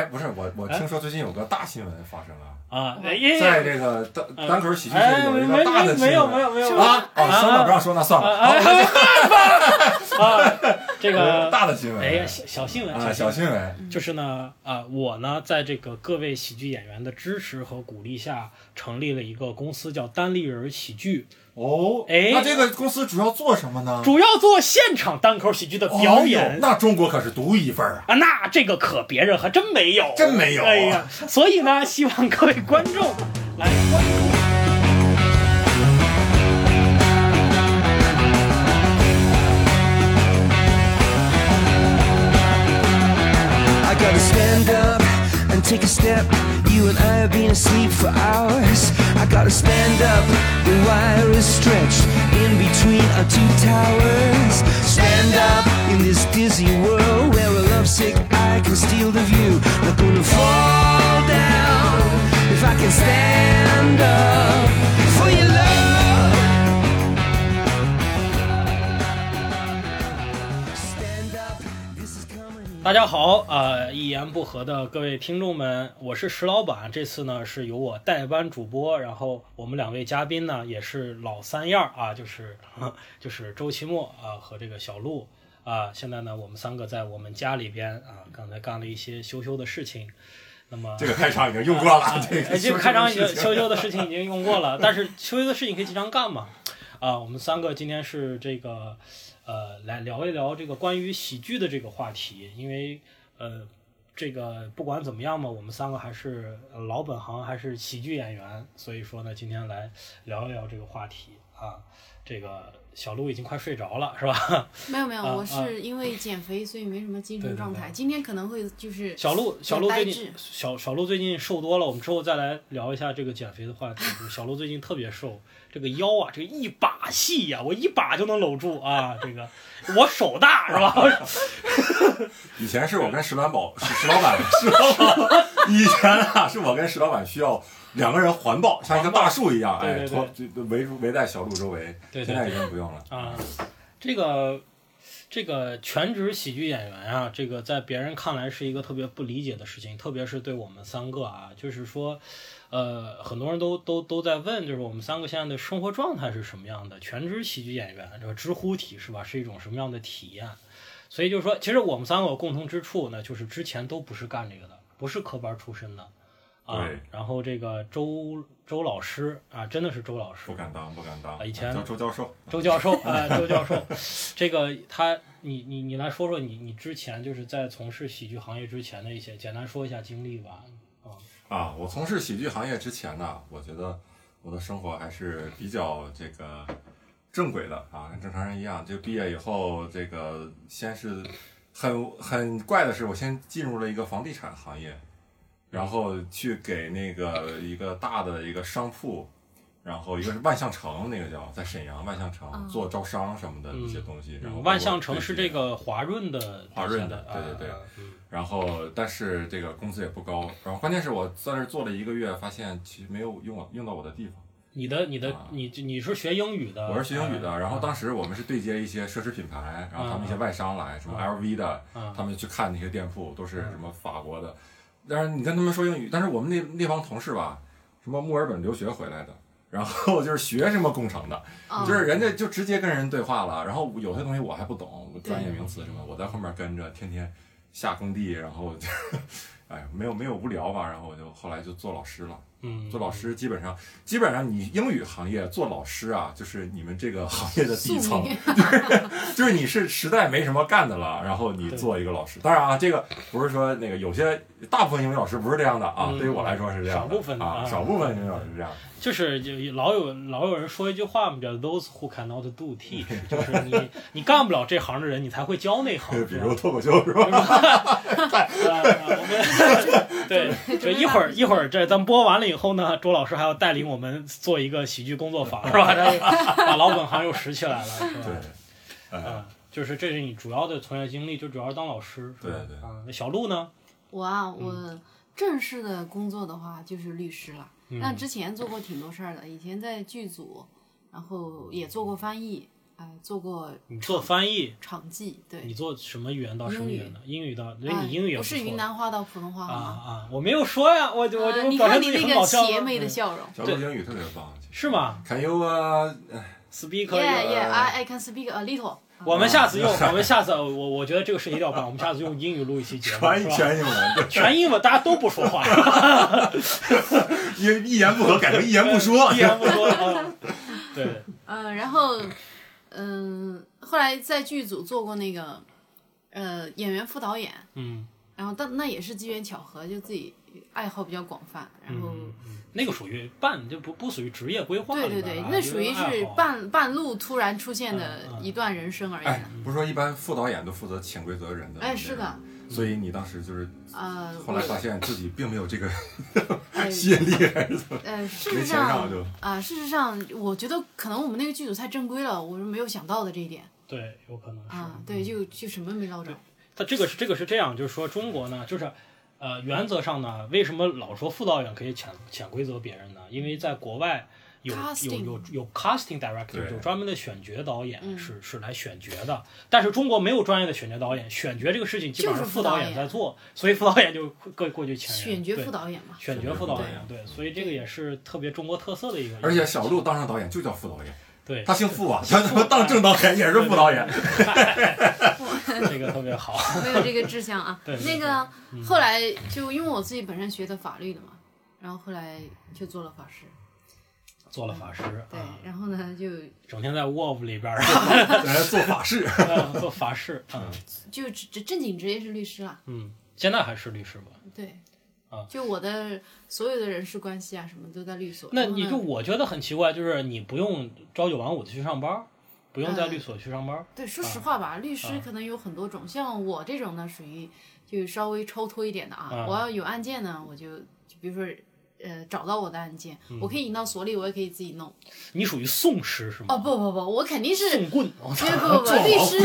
哎，不是我，我听说最近有个大新闻发生了，啊，因在为这个单嗯单口喜剧界哎，有没一个没大的没新没有闻没有没有啊啊！啊算了，不让说那算了，啊啊，这个呃大的新哎呀，闻小小新闻哎啊，新小闻新闻，就是呢，啊，我呢，在这个各位喜剧演员的支持和鼓励下，成立了一个公司，叫单立人喜剧，哦，哎那这个公司主要做什么呢？主要做现场单口喜剧的表哦演。那中国可是独一份儿啊！啊，那这个可别人还真没有，真没有啊哎呀，所以呢，希望各位观众来关注。 I gotta stand up and take a step. You and I have been asleep for hours. I gotta stand up. The wire is stretched in between our two towers. Stand up in this dizzy world where a lovesick eye can steal the view. Not gonna fall down if I can stand up for your love. Stand up. This is coming. 大家好，呃，一言不合的各位听众们，我是石老板。这次呢是由我代班主播，然后我们两位嘉宾呢也是老三样儿啊，就是 就是周奇墨啊和这个小鹿啊。现在呢我们三个在我们家里边啊，刚才干了一些羞羞的事情。那么这个开场已经用过了，这哎，个这个开场已经羞羞的事情已经用过了，但是羞羞的事情可以经常干嘛？啊，我们三个今天是这个，呃，来聊一聊这个关于喜剧的这个话题，因为呃，这个不管怎么样嘛，我们三个还是呃老本行，还是喜剧演员，所以说呢，今天来聊一聊这个话题啊。这个小鹿已经快睡着了，是吧？没有没有，啊我啊是因为减肥，所以没什么精对神对状态。今天可能会就是小鹿，小鹿最呆近滞，小小鹿最近瘦多了，我们之后再来聊一下这个减肥的话题。小鹿最近特别瘦，这个腰啊，这个一把细呀、我一把就能搂住啊。这个我手大是吧？以前是我跟石老 板，石石老板，石老板，以前啊是我跟石老板需要两个人环抱，像一棵大树一样，哎，对对对托就围住围在小鹿周围。对对对现在已经不用了。啊，这个这个全职喜剧演员啊，这个在别人看来是一个特别不理解的事情，特别是对我们三个啊，就是说，呃，很多人都都都在问，就是我们三个现在的生活状态是什么样的？全职喜剧演员这个知乎体是吧，是一种什么样的体验？所以就是说，其实我们三个有共同之处呢，就是之前都不是干这个的，不是科班出身的。啊对，然后这个周周老师啊，真的是周老师，不敢当，不敢当。啊以前叫周教授，周教授啊、周教授，这个他，你你你来说说你你之前就是在从事喜剧行业之前的一些，简单说一下经历吧。啊、啊，我从事喜剧行业之前呢，我觉得我的生活还是比较这个正轨的啊，跟正常人一样。就毕业以后，这个先是很很怪的是，我先进入了一个房地产行业，然后去给那个一个大的一个商铺，然后一个是万象城，那个叫在沈阳万象城做招商什么的一些东西。然后嗯，包括万象城是对接这个华润的华润的的，对对对啊嗯然后但是这个工资也不高，然后关键是我在那儿做了一个月，发现其实没有用用到我的地方。你的你的、啊你你是学英语的，我是学英语的，啊然后当时我们是对接一些奢侈品牌，然后他们一嗯些外商来，什么 LV 的，啊他们去看那些店铺，都嗯是什么法国的。但是你跟他们说英语，但是我们那那帮同事吧，什么墨尔本留学回来的，然后就是学什么工程的，啊就是人家就直接跟人对话了。然后有些东西我还不懂，对专业名词什么，我在后面跟着，天天下工地，然后就，哎，没有没有无聊嘛，然后我就后来就做老师了。嗯，做老师基本上，基本上你英语行业做老师啊，就是你们这个行业的底层宿，命 就是你是实在没什么干的了，然后你对做一个老师。当然啊，这个不是说那个有些大部分英语老师不是这样的啊嗯，对于我来说是这样的，少部分的啊啊，少部分英语老师是这样的。就是就老有老有人说一句话嘛，叫 those who cannot do teach，就是你 你干不了这行的人，你才会教那行。 比是吧如脱口秀是 吧？哎 啊，我们 对，就一会儿一会儿这咱们播完了以后呢，周老师还要带领我们做一个喜剧工作坊，是吧？把老本行又拾起来了，是吧？对，嗯，就是这是你主要的从业经历，就主要是当老师，是吧对对啊，那小鹿呢？我啊，我正式的工作的话就是律师了。嗯那之前做过挺多事儿的，以前在剧组，然后也做过翻译，哎做过你做翻译，场记，你对，做什么语言到什么语言的？英语到，所以哎你英语也不错是云南话到普通话啊吗？啊！我没有说呀，我就我啊就你表现看自你己很那个搞笑吗。邪魅的嗯笑容小鹿英语特别棒，其实是吗？Can you 啊？哎？Speak ，Yeah your- Yeah I I can speak a little， 我们下次用，啊我们下次呃我我觉得这个事情一定要办， 我们下次用英语录一期节目，全是全英吧？文，对全英文，大家都不说话，一一言不合改成一 言不说 一。言 不说。啊对，嗯，然后嗯，后来在剧组做过那个呃演员副导演，嗯，然后但那也是机缘巧合，就自己爱好比较广泛，然后嗯那个属于半，就不不属于职业规划对里对边对啊，那属于一个爱是好半半路突然出现的嗯嗯一段人生而已哎呢。，不是说一般副导演都负责潜规则人的，哎，是的，，所以你当时就是呃，后来我发现自己并没有这个 哎吸引力，还是怎么？呃，事没实钱上上就啊、事实上，我觉得可能我们那个剧组太正规了，我是没有想到的这一点对，有可能是。嗯啊。对，就就什么没捞着。它这个是这个是这样，就是说中国呢，就是呃，原则上呢，为什么老说副导演可以潜潜规则别人呢？因为在国外有有 Casting 有有 casting director，对有专门的选角导演是是来选角的，但是中国没有专业的选角导演，选角这个事情基本上就是副副导导演演在做，所以副导演就过过去潜人选角副对导演嘛，选角角副副导导演演对，所以这个也是特别中国特色的一个，而且小鹿当上导演就叫副导演，对他姓傅 啊，他他妈当正导演也是副导演。这个特别好，没有这个志向啊。对嗯对那个后来就因为我自己本身学的法律的嘛，然后后来就做了法师。做了法师对啊，，然后呢就整天在 Wolf 里边儿来做法事，啊做法师啊，就正正经职业是律师啦。嗯，现在还是律师吧。对，啊就我的所有的人事关系啊，什么都在律所。那然后你呢就我觉得很奇怪，就是你不用朝九晚五的去上班，不用在律所去上班。对，说实话吧，律师啊可能有很多种，像我这种呢，属于就稍微超脱一点的啊。啊我要有案件呢，我就就比如说。呃，找到我的案件，嗯我可以引到所里，我也可以自己弄。你属于送师是吗？哦，不不不，我肯定是，送棍，我不操不不，律师，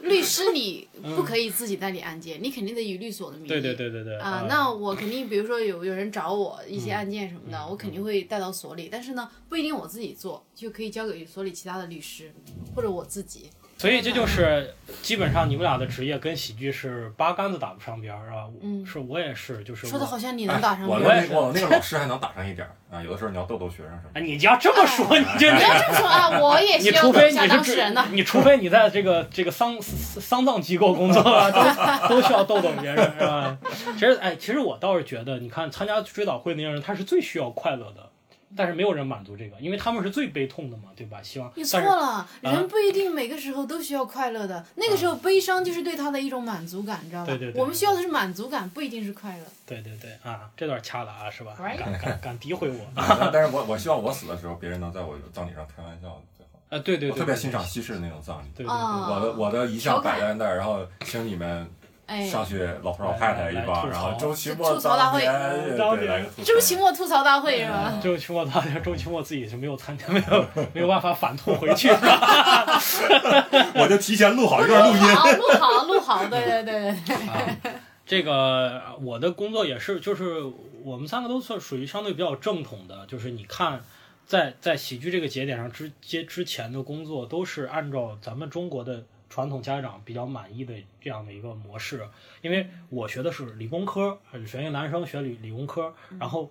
律师你不可以自己代理案件，你肯定得以律所的名义。对对对对对嗯啊、那我肯定，比如说有有人找我一些案件什么的，嗯我肯定会带到所里，但是呢，不一定我自己做，就可以交给所里其他的律师或者我自己。所以这就是基本上你们俩的职业跟喜剧是八竿子打不上边儿，是吧？嗯是我也是，就是说的好哎我。像你能打上我边那儿，个我那个老师还能打上一点儿啊，有的时候你要逗逗学生什么哎，的。你要这么说，你就你要这么说啊，我也你需除要非当你下是当事人呢。你除非你在这个这个丧丧葬机构工作 啊，都都需要逗逗别人，是吧？ 其实哎，其实我倒是觉得，你看参加追悼会那些人，他是最需要快乐的，但是没有人满足这个，因为他们是最悲痛的嘛，对吧？希望你错但是啊了，人不一定每个时候都需要快乐的。那个时候悲伤就是对他的一种满足感，你知道吧？对对对我们需要的是满足感，不一定是快乐。对对对啊，这段掐了啊，是吧？敢 Right 敢敢诋毁我啊？但但是我我希望我死的时候，别人能在我葬礼上开玩笑最好。对呃对对，我特别对欣赏西式那种葬礼，对对对，啊我的我的遗像调摆侃在那儿，然后请你们哎，上去老头老太太一来来帮，吐槽嗯然后周奇墨吐槽大会当年当年对来个吐槽周奇墨吐槽大会是 吧？周奇墨他周奇墨自己是没有参加，没有没有办法反吐回去。我就提前录好一段录 音。好，哦录好，录好，对对对对。这个呃我的工作也是，就是我们三个都算属于相对比较正统的，就是你看，在在喜剧这个节点上之接之前的工作，都是按照咱们中国的传统家长比较满意的这样的一个模式。因为我学的是理工科，呃学一男生学理理工科，然后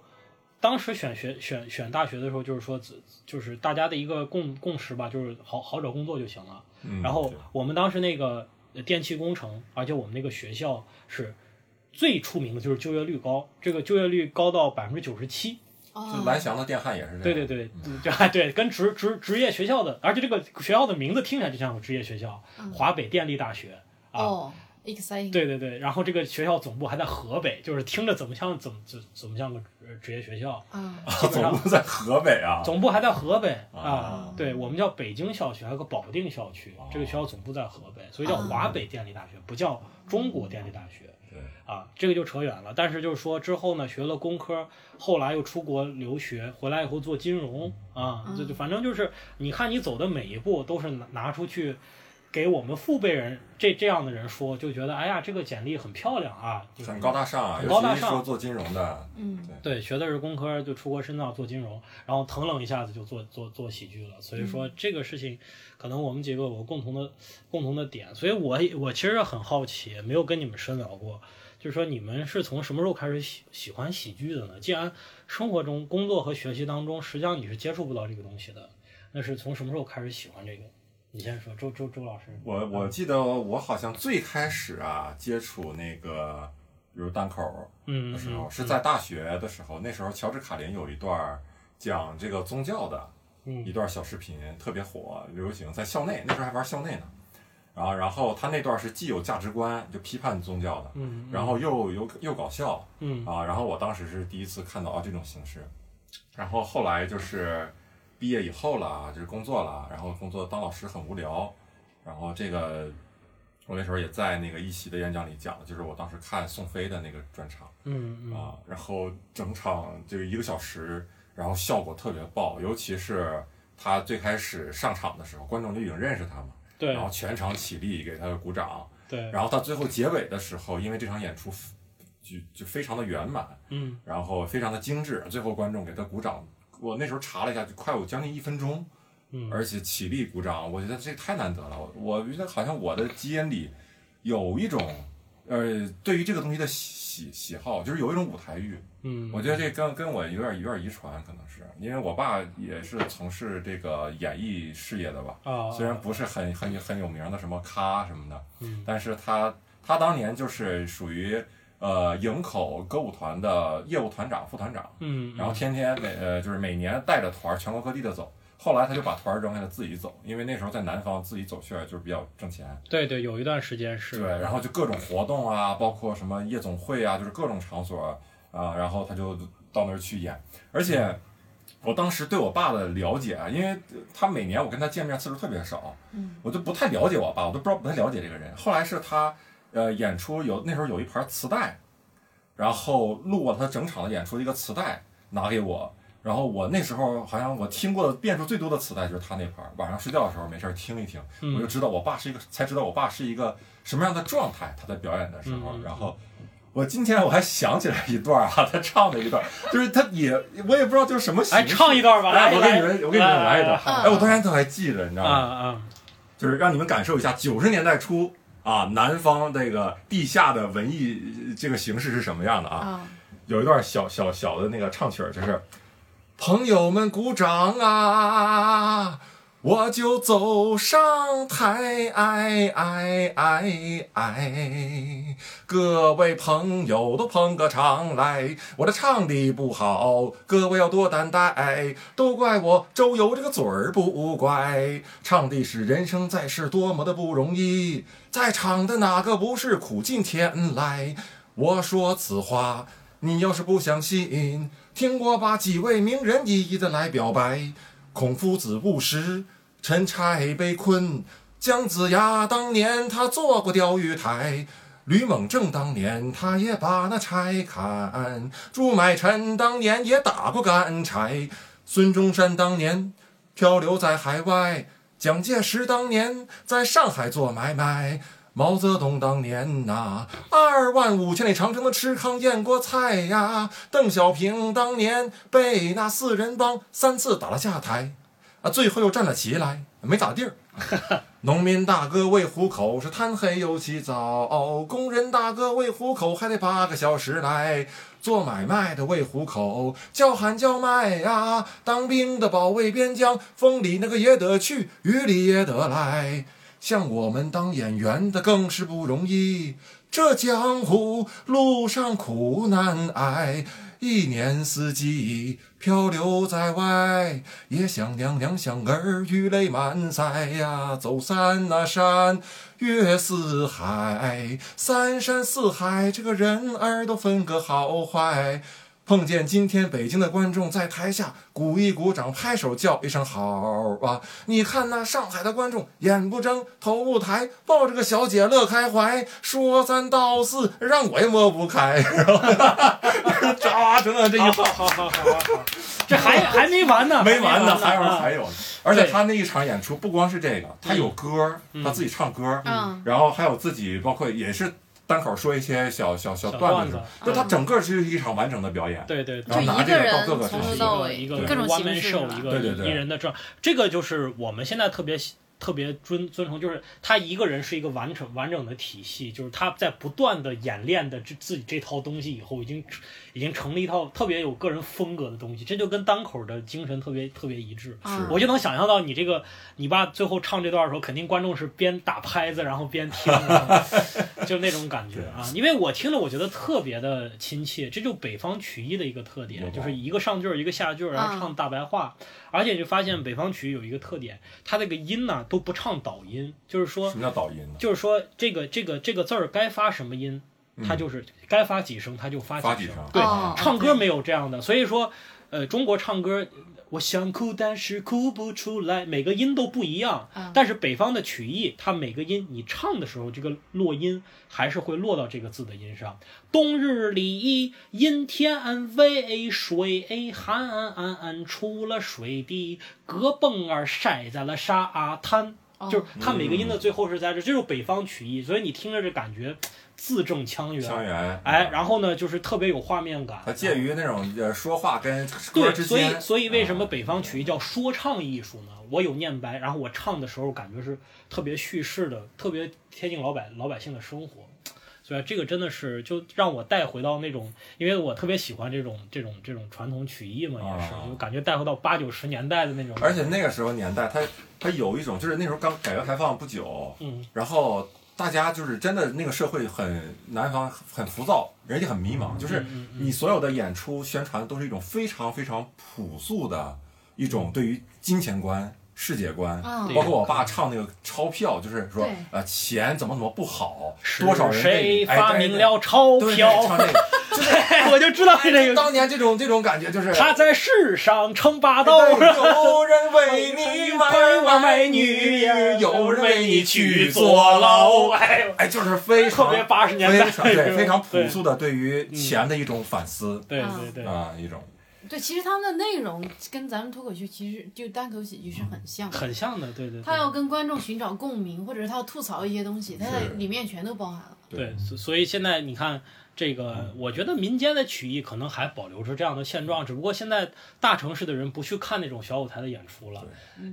当时选学选选大学的时候，就是说自就是大家的一个共共识吧，就是好好找工作就行了。嗯然后对我们当时那个呃电气工程，而且我们那个学校是最出名的就是就业率高，这个就业率高到百分之九十七。嗯就哦，蓝翔的电焊也是这样。对对对，嗯对 对，跟职职职业学校的，而且这个学校的名字听起来就像有职业学校，华北电力大学啊。哦，exciting。对对对，然后这个学校总部还在河北，就是听着怎么像怎么怎怎么像个职职业学校，啊，啊，总部在河北啊。总部还在河北啊啊，对我们叫北京校区，还有个保定校区，这个学校总部在河北，所以叫华北电力大学，不叫中国电力大学对啊，这个就扯远了。但是就是说之后呢，学了工科，后来又出国留学，回来以后做金融啊，这就反正就是你看你走的每一步都是拿拿出去。给我们父辈人这这样的人说，就觉得哎呀，这个简历很漂亮啊，就是很高大上啊，很高尤大其上是说做金融的，嗯，对，学的是工科，就出国深造做金融，然后腾楞一下子就做做做喜剧了。所以说这个事情，可能我们几个有共同的共同的点。所以我我其实很好奇，没有跟你们深聊过，就是说你们是从什么时候开始喜喜欢喜剧的呢？既然生活中、工作和学习当中，实际上你是接触不到这个东西的，那是从什么时候开始喜欢这个？你先说，周周周老师，我我记得我好像最开始啊接触那个，比如单口儿嗯，的时候，嗯是在大学的时候，那时候乔治卡林有一段儿讲这个宗教的嗯一段小视频，特别火，流行在校内，那时候还玩校内呢。然后，然后他那段是既有价值观，就批判宗教的，嗯，然后又又又搞笑，嗯啊，然后我当时是第一次看到啊这种形式，然后后来就是毕业以后了啊，就是工作了，然后工作当老师很无聊，然后这个我那时候也在那个一席的演讲里讲了，就是我当时看宋飞的那个专场嗯嗯啊，然后整场就一个小时，然后效果特别爆，尤其是他最开始上场的时候，观众就已经认识他嘛，对然后全场起立给他鼓掌，对，然后到最后结尾的时候，因为这场演出就就非常的圆满，嗯然后非常的精致，最后观众给他鼓掌。我那时候查了一下，就快有将近一分钟，嗯而且起立鼓掌，我觉得这太难得了。我觉得好像我的基因里有一种，呃，对于这个东西的喜喜好，就是有一种舞台欲。嗯，我觉得这跟跟我有点有点遗传，可能是因为我爸也是从事这个演艺事业的吧。啊，虽然不是很很有很有名的什么咖什么的，嗯但是他他当年就是属于呃营口歌舞团的业务团长、副团长，嗯，然后天天每呃就是每年带着团儿全国各地的走。后来他就把团儿扔下来自己走，因为那时候在南方自己走穴就是比较挣钱，对对，有一段时间是对，然后就各种活动啊，包括什么夜总会啊，就是各种场所啊、然后他就到那儿去演。而嗯且我当时对我爸的了解啊，因为他每年我跟他见面次数特别少，嗯，我就不太了解我爸，我都不知道不太了解这个人。后来是他呃演出有那时候有一盘磁带，然后录了他整场的演出的一个磁带拿给我。然后我那时候好像我听过的遍数最多的磁带就是他那盘儿，晚上睡觉的时候没事儿听一听，嗯我就知道我爸是一个，才知道我爸是一个什么样的状态，他在表演的时候。嗯嗯然后我今天我还想起来一段啊，他唱的一段，就是他也我也不知道就是什么形哎，式。唱一段吧，来，来，我给你们，我给你们来一段。来哎，我到现在都还记着，你知道啊吗？啊，就是让你们感受一下九十年代初啊，南方这个地下的文艺呃这个形式是什么样的啊？啊，有一段小小小的那个唱曲儿，就是朋友们鼓掌啊，我就走上台，哎哎哎哎，各位朋友都捧个场来，我这唱的不好，各位要多担待，哎都怪我周游这个嘴儿不乖，唱的是人生在世多么的不容易，在场的哪个不是苦尽甜来？我说此话，你要是不相信，听我把几位名人一一的来表白：孔夫子不识，陈柴被困，姜子牙当年他做过钓鱼台。吕蒙正当年他也把那柴砍，朱买臣当年也打过干柴，孙中山当年漂流在海外，蒋介石当年在上海做买卖，毛泽东当年呐、二万五千里长征的吃糠咽锅菜呀、邓小平当年被那四人帮三次打了下台，啊，最后又站了起来，没咋地儿。农民大哥为糊口是贪黑又起早，工人大哥为糊口还得八个小时来。做买卖的为糊口，叫喊叫卖呀、当兵的保卫边疆，风里那个也得去，雨里也得来。像我们当演员的更是不容易，这江湖路上苦难挨，一年四季漂流在外，也想娘娘想儿，鱼泪满载呀，走山呐、山，越四海，三山四海，这个人儿都分个好坏。碰见今天北京的观众在台下鼓一鼓掌、拍手叫一声好啊！你看那上海的观众眼不睁、头不抬，抱着个小姐乐开怀，说三道四，让我也抹不开。 啊，真的这一好好好好好好，这还还没完呢，没完完呢，还有啊还有呢，而且他那一场演出不光是这个，他有歌儿，他自己唱歌儿，嗯然后还有自己包括也是单口说一些小小小小段段子嗯什么子，就他整个就是一场完整的表演。对对对然后。拿就一这个个到人各个从城头市到一个尾一个各种 one 形 man 式啊 show，一个对对对一人的状，这个就是我们现在特别喜特别遵遵从，就是他一个人是一个完整完整的体系，就是他在不断的演练的这自己这套东西以后，已经已经成了一套特别有个人风格的东西，这就跟单口的精神特别特别一致。嗯我就能想象到你这个，你爸最后唱这段的时候，肯定观众是边打拍子，然后边听，然后就那种感觉啊。因为我听了，我觉得特别的亲切，这就北方曲艺的一个特点，明白就是一个上句儿，一个下句儿，然后嗯唱大白话。而且你就发嗯现北方曲有一个特点，它那个音呢都不唱导音，就是说什么叫导音呢？就是说这个这个这个字儿该发什么音，它就是该发几声它就发嗯发几几声对，哦唱歌没有这样的，所以说，呃，中国唱歌，我想哭但是哭不出来，每个音都不一样。啊但是北方的曲艺，它每个音你唱的时候，这个落音还是会落到这个字的音上。冬日里，阴天为水寒，出了水滴，隔蹦儿晒在了沙滩。哦就是它每个音的最后是在这，这就是北方曲艺，所以你听着这感觉字正腔圆。腔圆，哎，然后呢，就是特别有画面感。啊它介于那种呃说话跟歌对，之所以间，所以为什么啊北方曲艺叫说唱艺术呢？我有念白，然后我唱的时候感觉是特别叙事的，特别贴近老百老百姓的生活。所以啊这个真的是就让我带回到那种，因为我特别喜欢这种这种这种传统曲艺嘛，也是啊就感觉带回到八九十年代的那种。而且那个时候年代，它它有一种就是那时候刚改革开放不久，嗯，然后大家就是真的那个社会很南方很浮躁，人也很迷嗯茫，就是你所有的演出宣传都是一种非常非常朴素的一嗯种对于金钱观。世界观，嗯包括我爸唱那个钞票，就是说对，呃，钱怎么怎么不好，是多少人谁为哎发对明了钞对对票？ 唱这个，我就知道是这个，当年这种这种感觉就是他在世上称霸哎道。有人为你买买女，有人为你去坐牢。哎呦，哎，就是非常特别80年代非常对，非常朴对素的对于钱的一种反思对啊对对，啊，一种对，其实他们的内容跟咱们脱口秀其实就单口喜剧是很像的。很像的，对对对。他要跟观众寻找共鸣，或者是他要吐槽一些东西，他在是里面全都包含了。对，所所以现在你看这个，我觉得民间的曲艺可能还保留着这样的现状，只不过现在大城市的人不去看那种小舞台的演出了，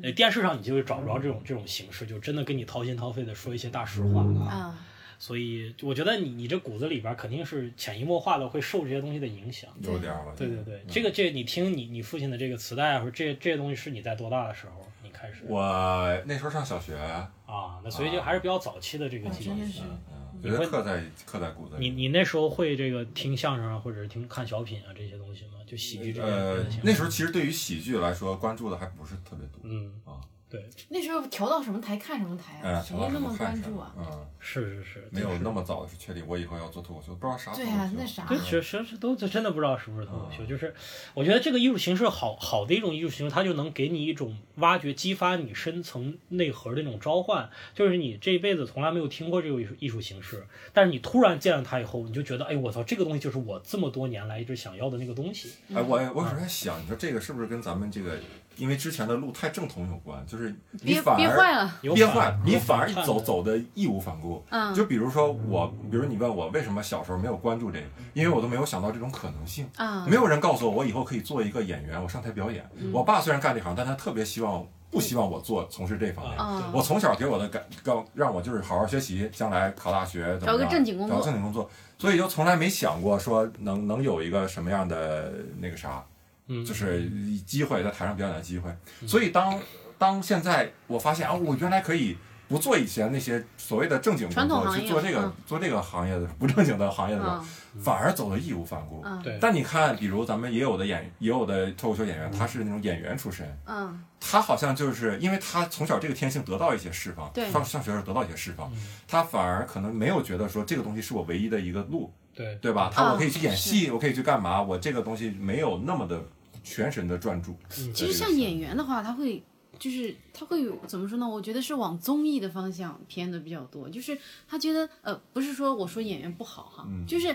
呃，电视上你就会找不着这种这种形式，就真的跟你掏心掏肺的说一些大实话啊。啊，所以我觉得你你这骨子里边肯定是潜移默化的会受这些东西的影响。有点儿了。对对对，这个这你听你你父亲的这个磁带啊，或者这这些东西是你在多大的时候你开始我那时候上小学，啊？那所以就还是比较早期的这个我记哦真的忆。啊是，嗯觉得刻在刻在骨子你里。你那时候会这个听相声啊，或者是听看小品啊这些东西吗？就喜剧这些呃类型，那时候其实对于喜剧来说，关注的还不是特别多嗯，啊。对，那时候调到什么台看什么台哎啊，，谁那么关注啊？嗯，是是是，没有就是那么早的去确定我以后要做脱口秀，不知道啥脱对口啊秀。那啥对，其实是都真的不知道是不是脱口秀，就是我觉得这个艺术形式好好的一种艺术形式，它就能给你一种挖掘、激发你深层内核的那种召唤，就是你这辈子从来没有听过这个艺术艺术形式，但是你突然见了它以后，你就觉得，哎，我操，这个东西就是我这么多年来一直想要的那个东西。哎，嗯我我有时候在想，你说这个是不是跟咱们这个，因为之前的路太正统有关？就是你憋反憋坏而了，有憋反坏，你有反而反叛走的走的义无反顾。嗯就比如说我，比如你问我为什么小时候没有关注这个，因为我都没有想到这种可能性。啊嗯没有人告诉我，我以后可以做一个演员，我上台表演。我爸虽然干这行，但他特别希望不希望我做从事这方面。啊我从小给我的感让让我就是好好学习，将来考大学怎么样找个正经工作找个正经工作，所以就从来没想过说能能有一个什么样的那个啥，嗯就是机会在台上表演的机会。所以当当现在我发现啊，我原来可以。不做以前那些所谓的正经工传统作，行业去做这个、嗯做这个行业的不正经的行业的时候，啊反而走的义无反顾。啊对，嗯但你看，比如咱们也有的演，也有的脱口秀演员，他是那种演员出身，啊！他好像就是因为他从小这个天性得到一些释放，对嗯上上学的时候得到一些释放，他反而可能没有觉得说这个东西是我唯一的一个路，对，对吧？他啊我可以去演戏，我可以去干嘛？我这个东西没有那么的全神的专注。嗯其实像演员的话，他会就是他会有怎么说呢？我觉得是往综艺的方向偏的比较多，就是他觉得呃，不是说我说演员不好哈，就是。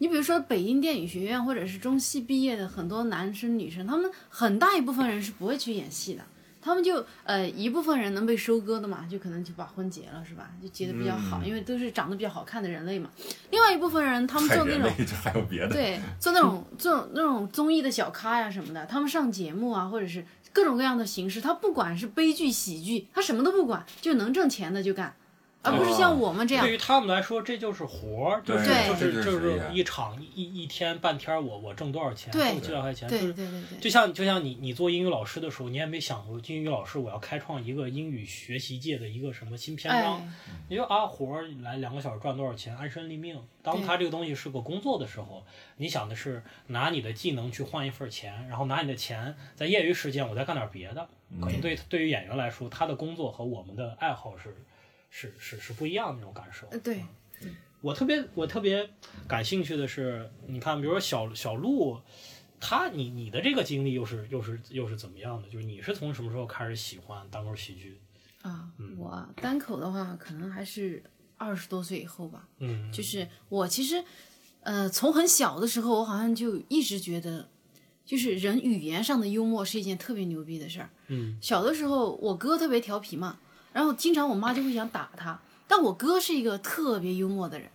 你比如说北京电影学院或者是中戏毕业的很多男生女生，他们很大一部分人是不会去演戏的，他们就呃一部分人能被收割的嘛，就可能就把婚结了是吧？就结的比较好，因为都是长得比较好看的人类嘛。另外一部分人他们害做那人种类，这还有别的？对，做那种做那种综艺的小咖呀、什么的，他们上节目啊，或者是各种各样的形式，他不管是悲剧、喜剧，他什么都不管，就能挣钱的就干，而不是像我们这样哦对。于他们来说，这就是活儿，就是对就是这就就是是职业一场一一天半天儿我，我挣多少钱，对挣几百块钱，对就对是对对就像就像你你做英语老师的时候，你也没想过英语老师我要开创一个英语学习界的一个什么新篇章。哎你就啊活儿来两个小时赚多少钱，安身立命。当对他这个东西是个工作的时候，你想的是拿你的技能去换一份钱，然后拿你的钱在业余时间我再干点别的。可能对对于演员来说，他的工作和我们的爱好是是是是不一样的那种感受。呃对，我特别我特别感兴趣的是，你看，比如说小小鹿，他你你的这个经历又是又是又是怎么样的？就是你是从什么时候开始喜欢单口喜剧？啊，嗯我单口的话，可能还是二十多岁以后吧。嗯，就是我其实，呃，从很小的时候，我好像就一直觉得，就是人语言上的幽默是一件特别牛逼的事儿。嗯，小的时候我哥特别调皮嘛，然后经常我妈就会想打他，但我哥是一个特别幽默的人。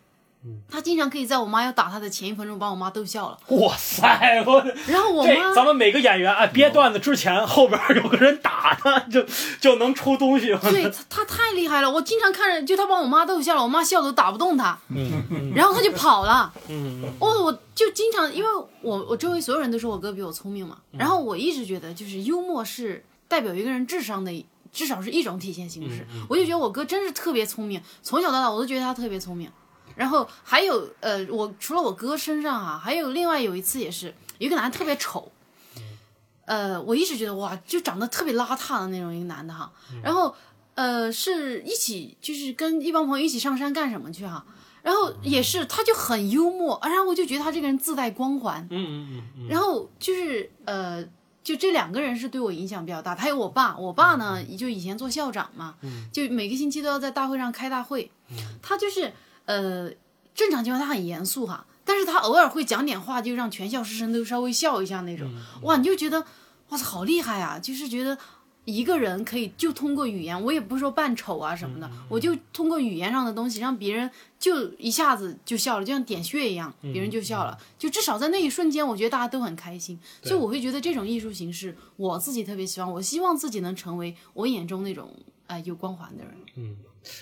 嗯他经常可以在我妈要打他的前一分钟把我妈逗笑了，哇塞，我然后我这咱妈们每个演员啊，憋段子之前后边有个人打他，就就能出东西。对他他太厉害了，我经常看着就他把我妈逗笑了，我妈笑得都打不动他，嗯嗯然后他就跑了。嗯，哦，我就经常，因为我我周围所有人都说我哥比我聪明嘛，嗯然后我一直觉得就是幽默是代表一个人智商的一，至少是一种体现形式。嗯我就觉得我哥真是特别聪明，从小到大我都觉得他特别聪明。然后还有呃，我除了我哥身上啊，还有另外有一次也是，有一个男的特别丑，嗯呃，我一直觉得哇，就长得特别邋遢的那种一个男的哈，嗯然后呃是一起就是跟一帮朋友一起上山干什么去哈、然后也是，他就很幽默，然后我就觉得他这个人自带光环。嗯嗯嗯然后就是呃，就这两个人是对我影响比较大。还有我爸，我爸呢，就以前做校长嘛，就每个星期都要在大会上开大会。他就是呃，正常情况下他很严肃哈，但是他偶尔会讲点话，就让全校师生都稍微笑一下那种。哇，你就觉得哇塞，好厉害啊！就是觉得一个人可以就通过语言，我也不是说扮丑啊什么嗯的，我就通过语言上的东西让别人就一下子就笑了，就像点穴一样，嗯别人就笑了。就至少在那一瞬间，我觉得大家都很开心，所以我会觉得这种艺术形式我自己特别喜欢，我希望自己能成为我眼中那种哎、有光环的人。嗯，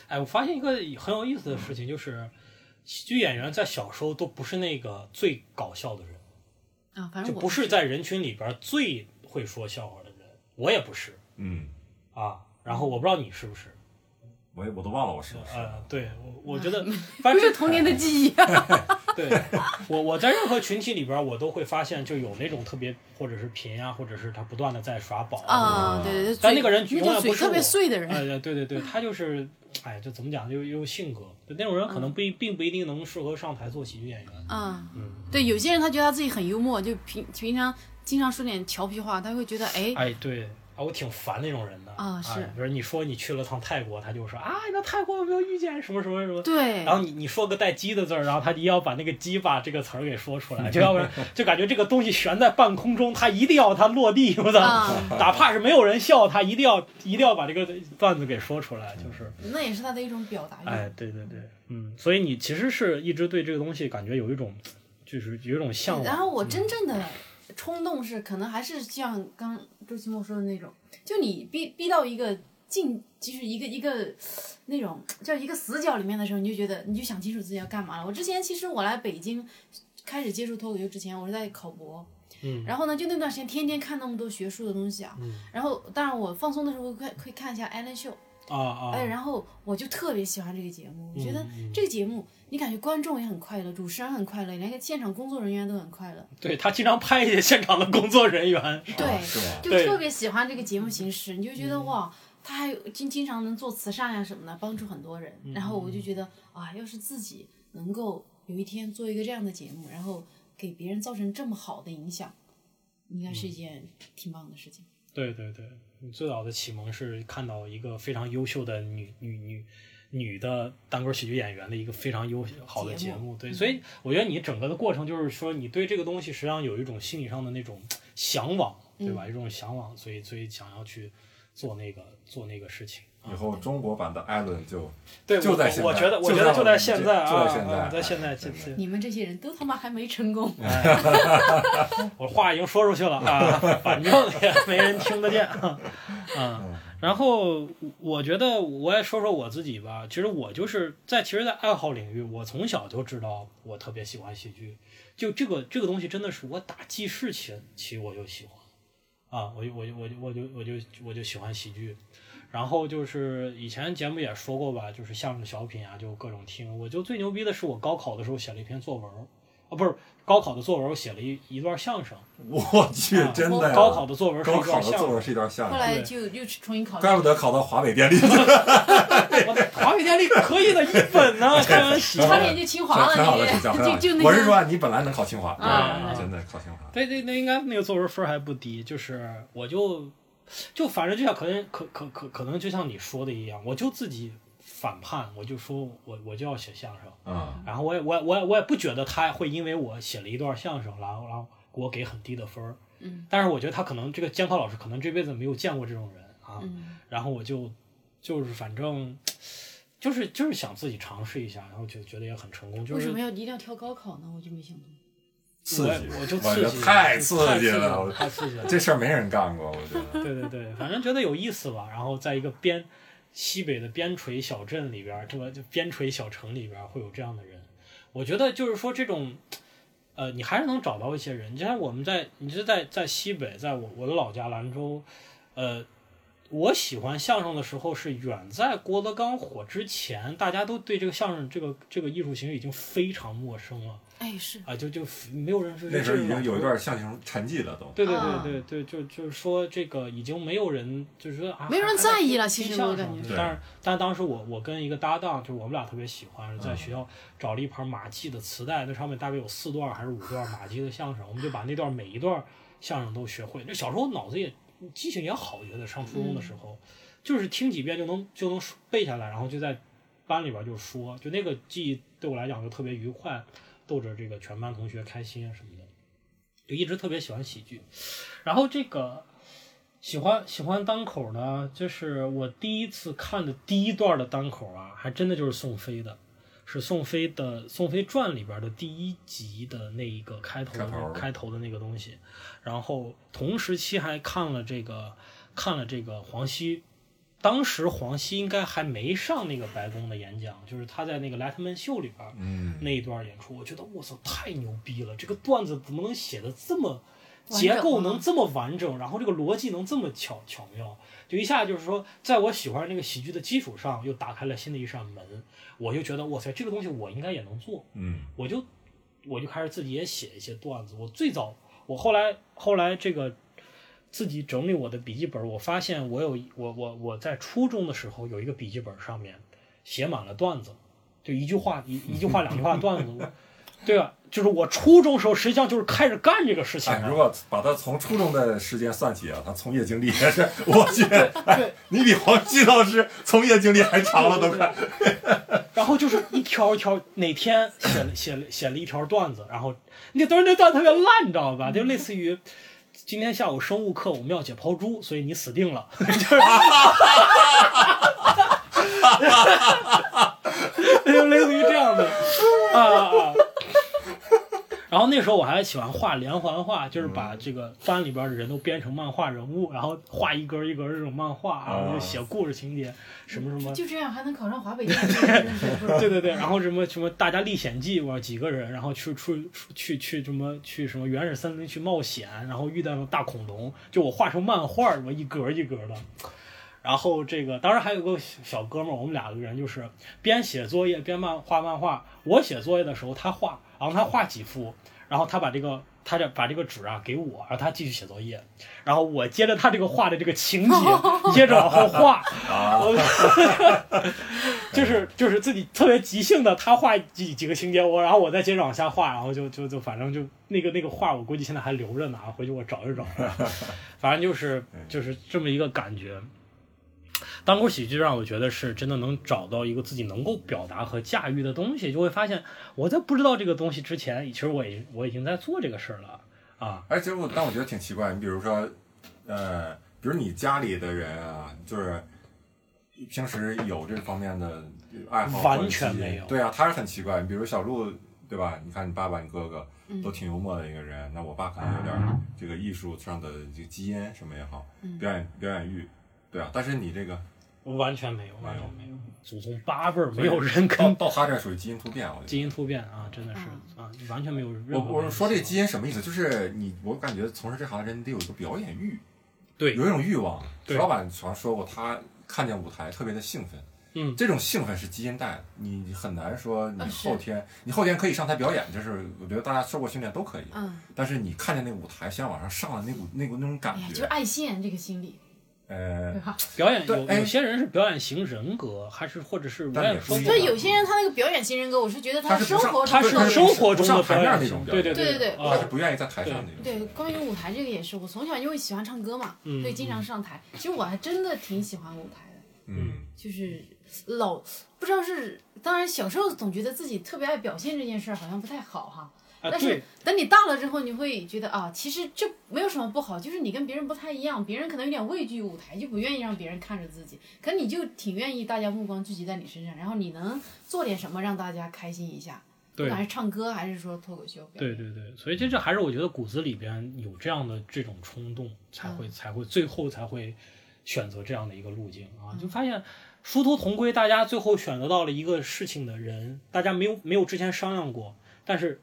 哎，我发现一个很有意思的事情，就是喜剧演员在小时候都不是那个最搞笑的人。啊，反就正我不是在人群里边儿最会说笑话的人，我也不是嗯，啊。然后我不知道你是不是，我也我都忘了我是不是。呃，对我我觉 得，反不是正童年的记忆。啊 对我我在任何群体里边儿，我都会发现就有那种特别或者是贫啊，或者是他不断的在耍宝啊，对对对，嗯但那个人那永种远嘴不是特别我碎的人，哎，对对对，他就是，哎，这怎么讲，就有性格，就那种人可能不一并不一定能适合上台做喜剧演员。嗯嗯，对，有些人他觉得他自己很幽默，就平平常经常说点调皮话，他会觉得哎，哎，对啊，我挺烦那种人的啊是哎比如你说你去了趟泰国，他就说啊，你到泰国有没有遇见什么什么什么？对然，后你你说个带“鸡”的字儿，然后他一定要把那个“鸡巴”这个词儿给说出来， 就要不然就感觉这个东西悬在半空中，他一定要它落地，我操！啊哪怕是没有人笑，他一定要一定要把这个段子给说出来，就是，那也是他的一种表达欲。哎，对对对，嗯，所以你其实是一直对这个东西感觉有一种，就是有一种向然往，后我真正的冲动是，可能还是像刚周奇墨说的那种，就你逼逼到一个境，就是一个一个那种叫一个死角里面的时候，你就觉得你就想清楚自己要干嘛了。我之前其实我来北京开始接触脱口秀之前，我是在考博。嗯然后呢，就那段时间天天看那么多学术的东西啊，然后当然我放松的时候会会看一下艾伦秀，啊啊，哦哎，然后我就特别喜欢这个节目，我觉嗯得这个节目你感觉观众也很快乐，主持人很快乐，连个现场工作人员都很快乐，对他经常拍一些现场的工作人员，对，是啊嗯吗？就对特别喜欢这个节目形式，你就觉得哇，他还有经经嗯常能做慈善呀、什么的，帮助很多人。然后我就觉得啊，要是自己能够。有一天做一个这样的节目，然后给别人造成这么好的影响，应该是一件挺棒的事情。对对对，你最早的启蒙是看到一个非常优秀的女女女女的单口喜剧演员的一个非常优好的节节目对，所以我觉得你整个的过程就是说，你对这个东西实际上有一种心理上的那种向往，对吧？一种向往，所以所以想要去做那个做那个事情。以后中国版的艾伦 就对，就我在现我在觉得，我就觉在得我在们现这在就在啊，现在啊在哎现在，真这的这，你们这些人都他妈还没成功，嗯我话已经说出去了啊，反正也没人听得见啊。嗯然后我觉得我也说说我自己吧，其实我就是在其实，在爱好领域，我从小就知道我特别喜欢喜剧，就这个这个东西真的是我打记事起起我就喜欢。啊，我就我就我就我就我就我就喜欢喜剧，然后就是以前节目也说过吧，就是相声小品啊，就各种听。我就最牛逼的是我高考的时候写了一篇作文儿，啊，不是高考的作文，我写了一一段相声。啊我去，真的呀！高考的作文是一高考段的相作文声。是一段相后声，来就又重新考怪了不。得考到华北电力去，我的华语电力可以的，一本 呢、开玩笑。差点就清华了，很好那的个学校，很好就的啊就那个。我是说，你本来能考清华，啊对真的考清华。对对，那应该那个作文分儿还不低，就是我就就反正就像可能可可可可能就像你说的一样，我就自己反叛，我就说我我就要写相声，嗯，然后我也我也我也我也不觉得他会因为我写了一段相声，然后然后给我给很低的分儿，嗯，但是我觉得他可能这个监考老师可能这辈子没有见过这种人啊，嗯然后我就就是反正就是就是想自己尝试一下，然后就觉得也很成功，就为是什么要一定要挑高考呢？我就没想通。刺激，我我就我觉刺得激，太就刺激了，了，我太刺激了。这事儿没人干过，我觉 得。对对对，反正觉得有意思吧。然后在一个边西北的边陲小镇里边儿，这个就边陲小城里边儿会有这样的人，我觉得就是说这种，呃，你还是能找到一些人。就像我们在，你是在在西北，在我我的老家兰州，呃。我喜欢相声的时候是远在郭德纲火之前，大家都对这个相声这个这个艺术形式已经非常陌生了哎，是啊，就就没有人说那时候已经有一段。段相声沉寂了，都。对对啊对对对，就就是说这个已经没有人，就是说啊，没有人还还在意了听其实相我声感觉对对但是但当时我我跟一个搭档，就是我们俩特别喜欢，在嗯学校找了一盘马季的磁带，那上面大概有四段还是五段马季的相声，我们就把那段每一段相声都学会。就小时候脑子也记性也好，我觉得上初中嗯的时候，就是听几遍就能就能背下来，然后就在班里边就说，就那个记忆对我来讲就特别愉快，逗着这个全班同学开心啊什么的，就一直特别喜欢喜剧。然后这个喜欢喜欢单口呢，就是我第一次看的第一段的单口啊，还真的就是宋飞的。是宋飞的《宋飞传》里边的第一集的那一个开头的开头开头的那个东西，然后同时期还看了这个看了这个黄西，当时黄西应该还没上那个白宫的演讲，就是他在那个莱特曼秀里边儿嗯，那一段演出，我觉得我操太牛逼了，这个段子怎么能写的这么完结整啊构吗能这么完整，然后这个逻辑能这么巧巧妙，就一下就是说，在我喜欢那个喜剧的基础上，又打开了新的一扇门，我就觉得哇塞，这个东西我应该也能做，嗯，我就我就开始自己也写一些段子。我最早，我后来后来这个自己整理我的笔记本，我发现我有一我我我在初中的时候有一个笔记本上面写满了段子，就一句话一一句话两句话的段子， 我对吧？就是我初中时候实际上就是开始干这个事情哎，如了。果把他从初中的时间算起啊，他从业经历 也是，我去，哎，你比黄西老师从业经历还长了都快。然后就是一条一条，哪天写了写了写了一条段子，然后那都是那段特别烂，你知道吧？就类似于今天下午生物课我们要解剖猪，所以你死定了， 就是就类似于这样的啊啊。然后那时候我还喜欢画连环画，就是把这个班里边的人都编成漫画人物，然后画一格一格这种漫画，然后就写故事情节，什么什么。就这样还能考上华北电力， 真的是不容易 对对对，然后什么什么《大家历险记》，我几个人，然后去出出去去什么去什么原始森林去冒险，然后遇到了大恐龙，就我画成漫画什么一格一格的。然后这个当然还有个小小哥们儿，我们两个人就是边写作业边漫画漫画。我写作业的时候他画，然后他画几幅，然后他把这个他这把这个纸啊给我，然后他继续写作业，然后我接着 他这个画的这个情节接着往后画，我就是就是自己特别即兴的，他画几几个情节，我然后我再接着往下画，然后就就就反正就那个那个画，我估计现在还留着呢，回去我找一找。啊 反正就是就是这么一个感觉。单口喜剧让我觉得是真的能找到一个自己能够表达和驾驭的东西，就会发现我在不知道这个东西之前，其实我已我已经在做这个事儿了啊。而且我但我觉得挺奇怪，你比如说，呃，比如你家里的人啊，就是平时有这方面的爱好，完全没有对啊，他是很奇怪。你比如小鹿，对吧？你看你爸爸、你哥哥都挺幽默的一个人，那我爸可能有点儿这个艺术上的这个基因什么也好，表演表演欲，对啊。但是你这个完全没有，完全有没有，哦祖宗八辈儿没有人到跟到他这儿属于基因突变，我觉基得。因突变啊，真的是啊，完全没有任何我我联系说这基因什么意思？就是你，我感觉从事这行的人你得有一个表演欲，对有一种欲望。对石老板好像说过，他看见舞台特别的兴奋。嗯这种兴奋是基因带的，你很难说你啊是后天，你后天可以上台表演，就是我觉得大家受过训练都可以。嗯，但是你看见那个舞台，想往上上的那股那股那种感哎呀，就是嗯觉，爱现这个心理，呃嗯对，吧？表演对有哎有些人是表演型人格，还是或者是我但也也说不一所样以有些人他那个表演型人格，我是觉得他他是生不上活他中是他的是生活中的不上表台面演那型，种对对对对他是啊，不愿意在台上那种。对，关于舞台这个也是，我从小因为喜欢唱歌嘛，嗯所以经常上台。其实我还真的挺喜欢舞台的，嗯，就是老不知道是，当然小时候总觉得自己特别爱表现这件事儿好像不太好哈。啊但是对，等你大了之后，你会觉得啊，其实这没有什么不好，就是你跟别人不太一样，别人可能有点畏惧舞台，就不愿意让别人看着自己，可你就挺愿意大家目光聚集在你身上，然后你能做点什么让大家开心一下，不对管是唱歌还是说脱口秀表演。啊对对对，所以这这还是我觉得骨子里边有这样的这种冲动，才会嗯才会最后才会选择这样的一个路径啊，嗯就发现殊途同归，大家最后选择到了一个事情的人，大家没有没有之前商量过，但是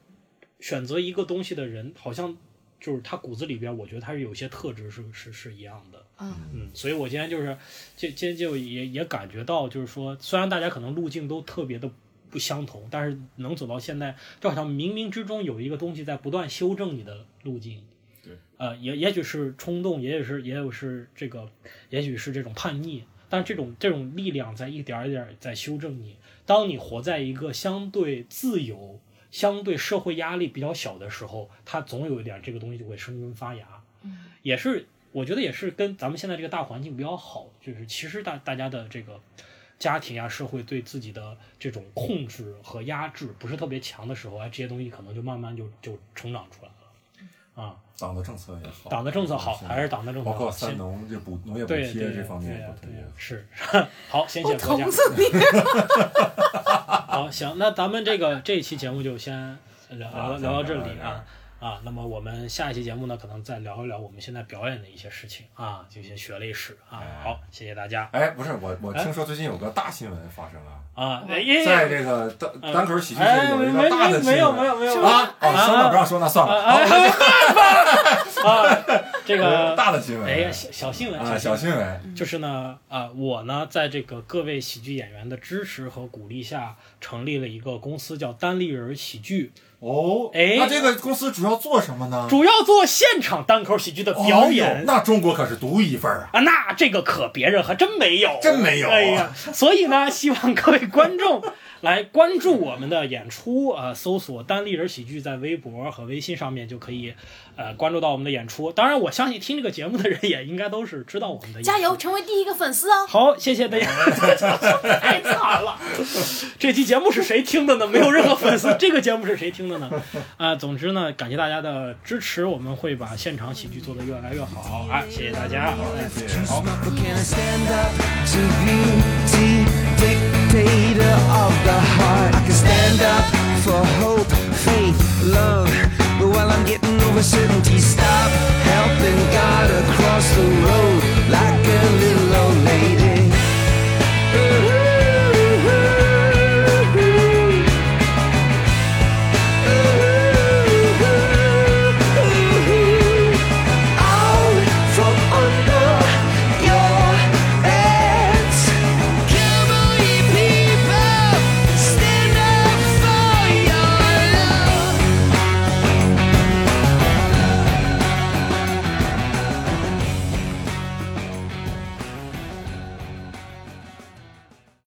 选择一个东西的人，好像就是他骨子里边，我觉得他是有些特质是是是一样的。嗯嗯，所以我今天就是，今今天就也也感觉到，就是说，虽然大家可能路径都特别的不相同，但是能走到现在，就好像冥冥之中有一个东西在不断修正你的路径。对，呃，也也许是冲动，也许是也有是这个，也许是这种叛逆，但这种这种力量在一点儿一点儿在修正你。当你活在一个相对自由、相对社会压力比较小的时候，它总有一点儿这个东西就会生根发芽。也是我觉得也是跟咱们现在这个大环境比较好，就是其实大大家的这个家庭啊、社会对自己的这种控制和压制不是特别强的时候，哎，这些东西可能就慢慢就就成长出来了。啊，党的政策也好，党的政策好是还是党的政策哦包好？括先三农这补农业补对对贴对这方面对也呀不同对意呀。是好，先我谢国家捅。死你！ 好，行，那咱们这个这一期节目就先聊聊啊聊到这咱们里聊到啊啊，那么我们下一期节目呢，可能再聊一聊我们现在表演的一些事情啊，就些学历史啊。好，谢谢大家哎，不是我，我听说最近有个大新闻发生了，啊，哎 耶在这个单单口喜剧界有一哎没个大的没新没有闻。没有没有啊！哦，啊算了，不让说那算了。好，啊，这个呃大的新闻。哎呀小小新闻啊，小新闻。就是呢，啊，我呢，在这个各位喜剧演员的支持和鼓励下，成立了一个公司，叫单立人喜剧，哦，哎那这个公司主要做什么呢？主要做现场单口喜剧的表哦演。那中国可是独一份儿啊！啊，那这个可别人还真没有，真没有啊哎呀，所以呢，希望各位观众来关注我们的演出啊、呃搜索“单立人喜剧”在微博和微信上面就可以，呃，关注到我们的演出。当然，我相信听这个节目的人也应该都是知道我们的演出。加油，成为第一个粉丝哦！好，谢谢大家， 太惨了。这期节目是谁听的呢？没有任何粉丝。这个节目是谁听的呢？ 啊、总之呢，感谢大家的支持，我们会把现场喜剧做得越来越好。啊，谢谢大家。 But can I stand up to beauty, dictator of the heart? I can stand up for hope, faith, love. But while I'm getting over certainty, stop helping God across the road.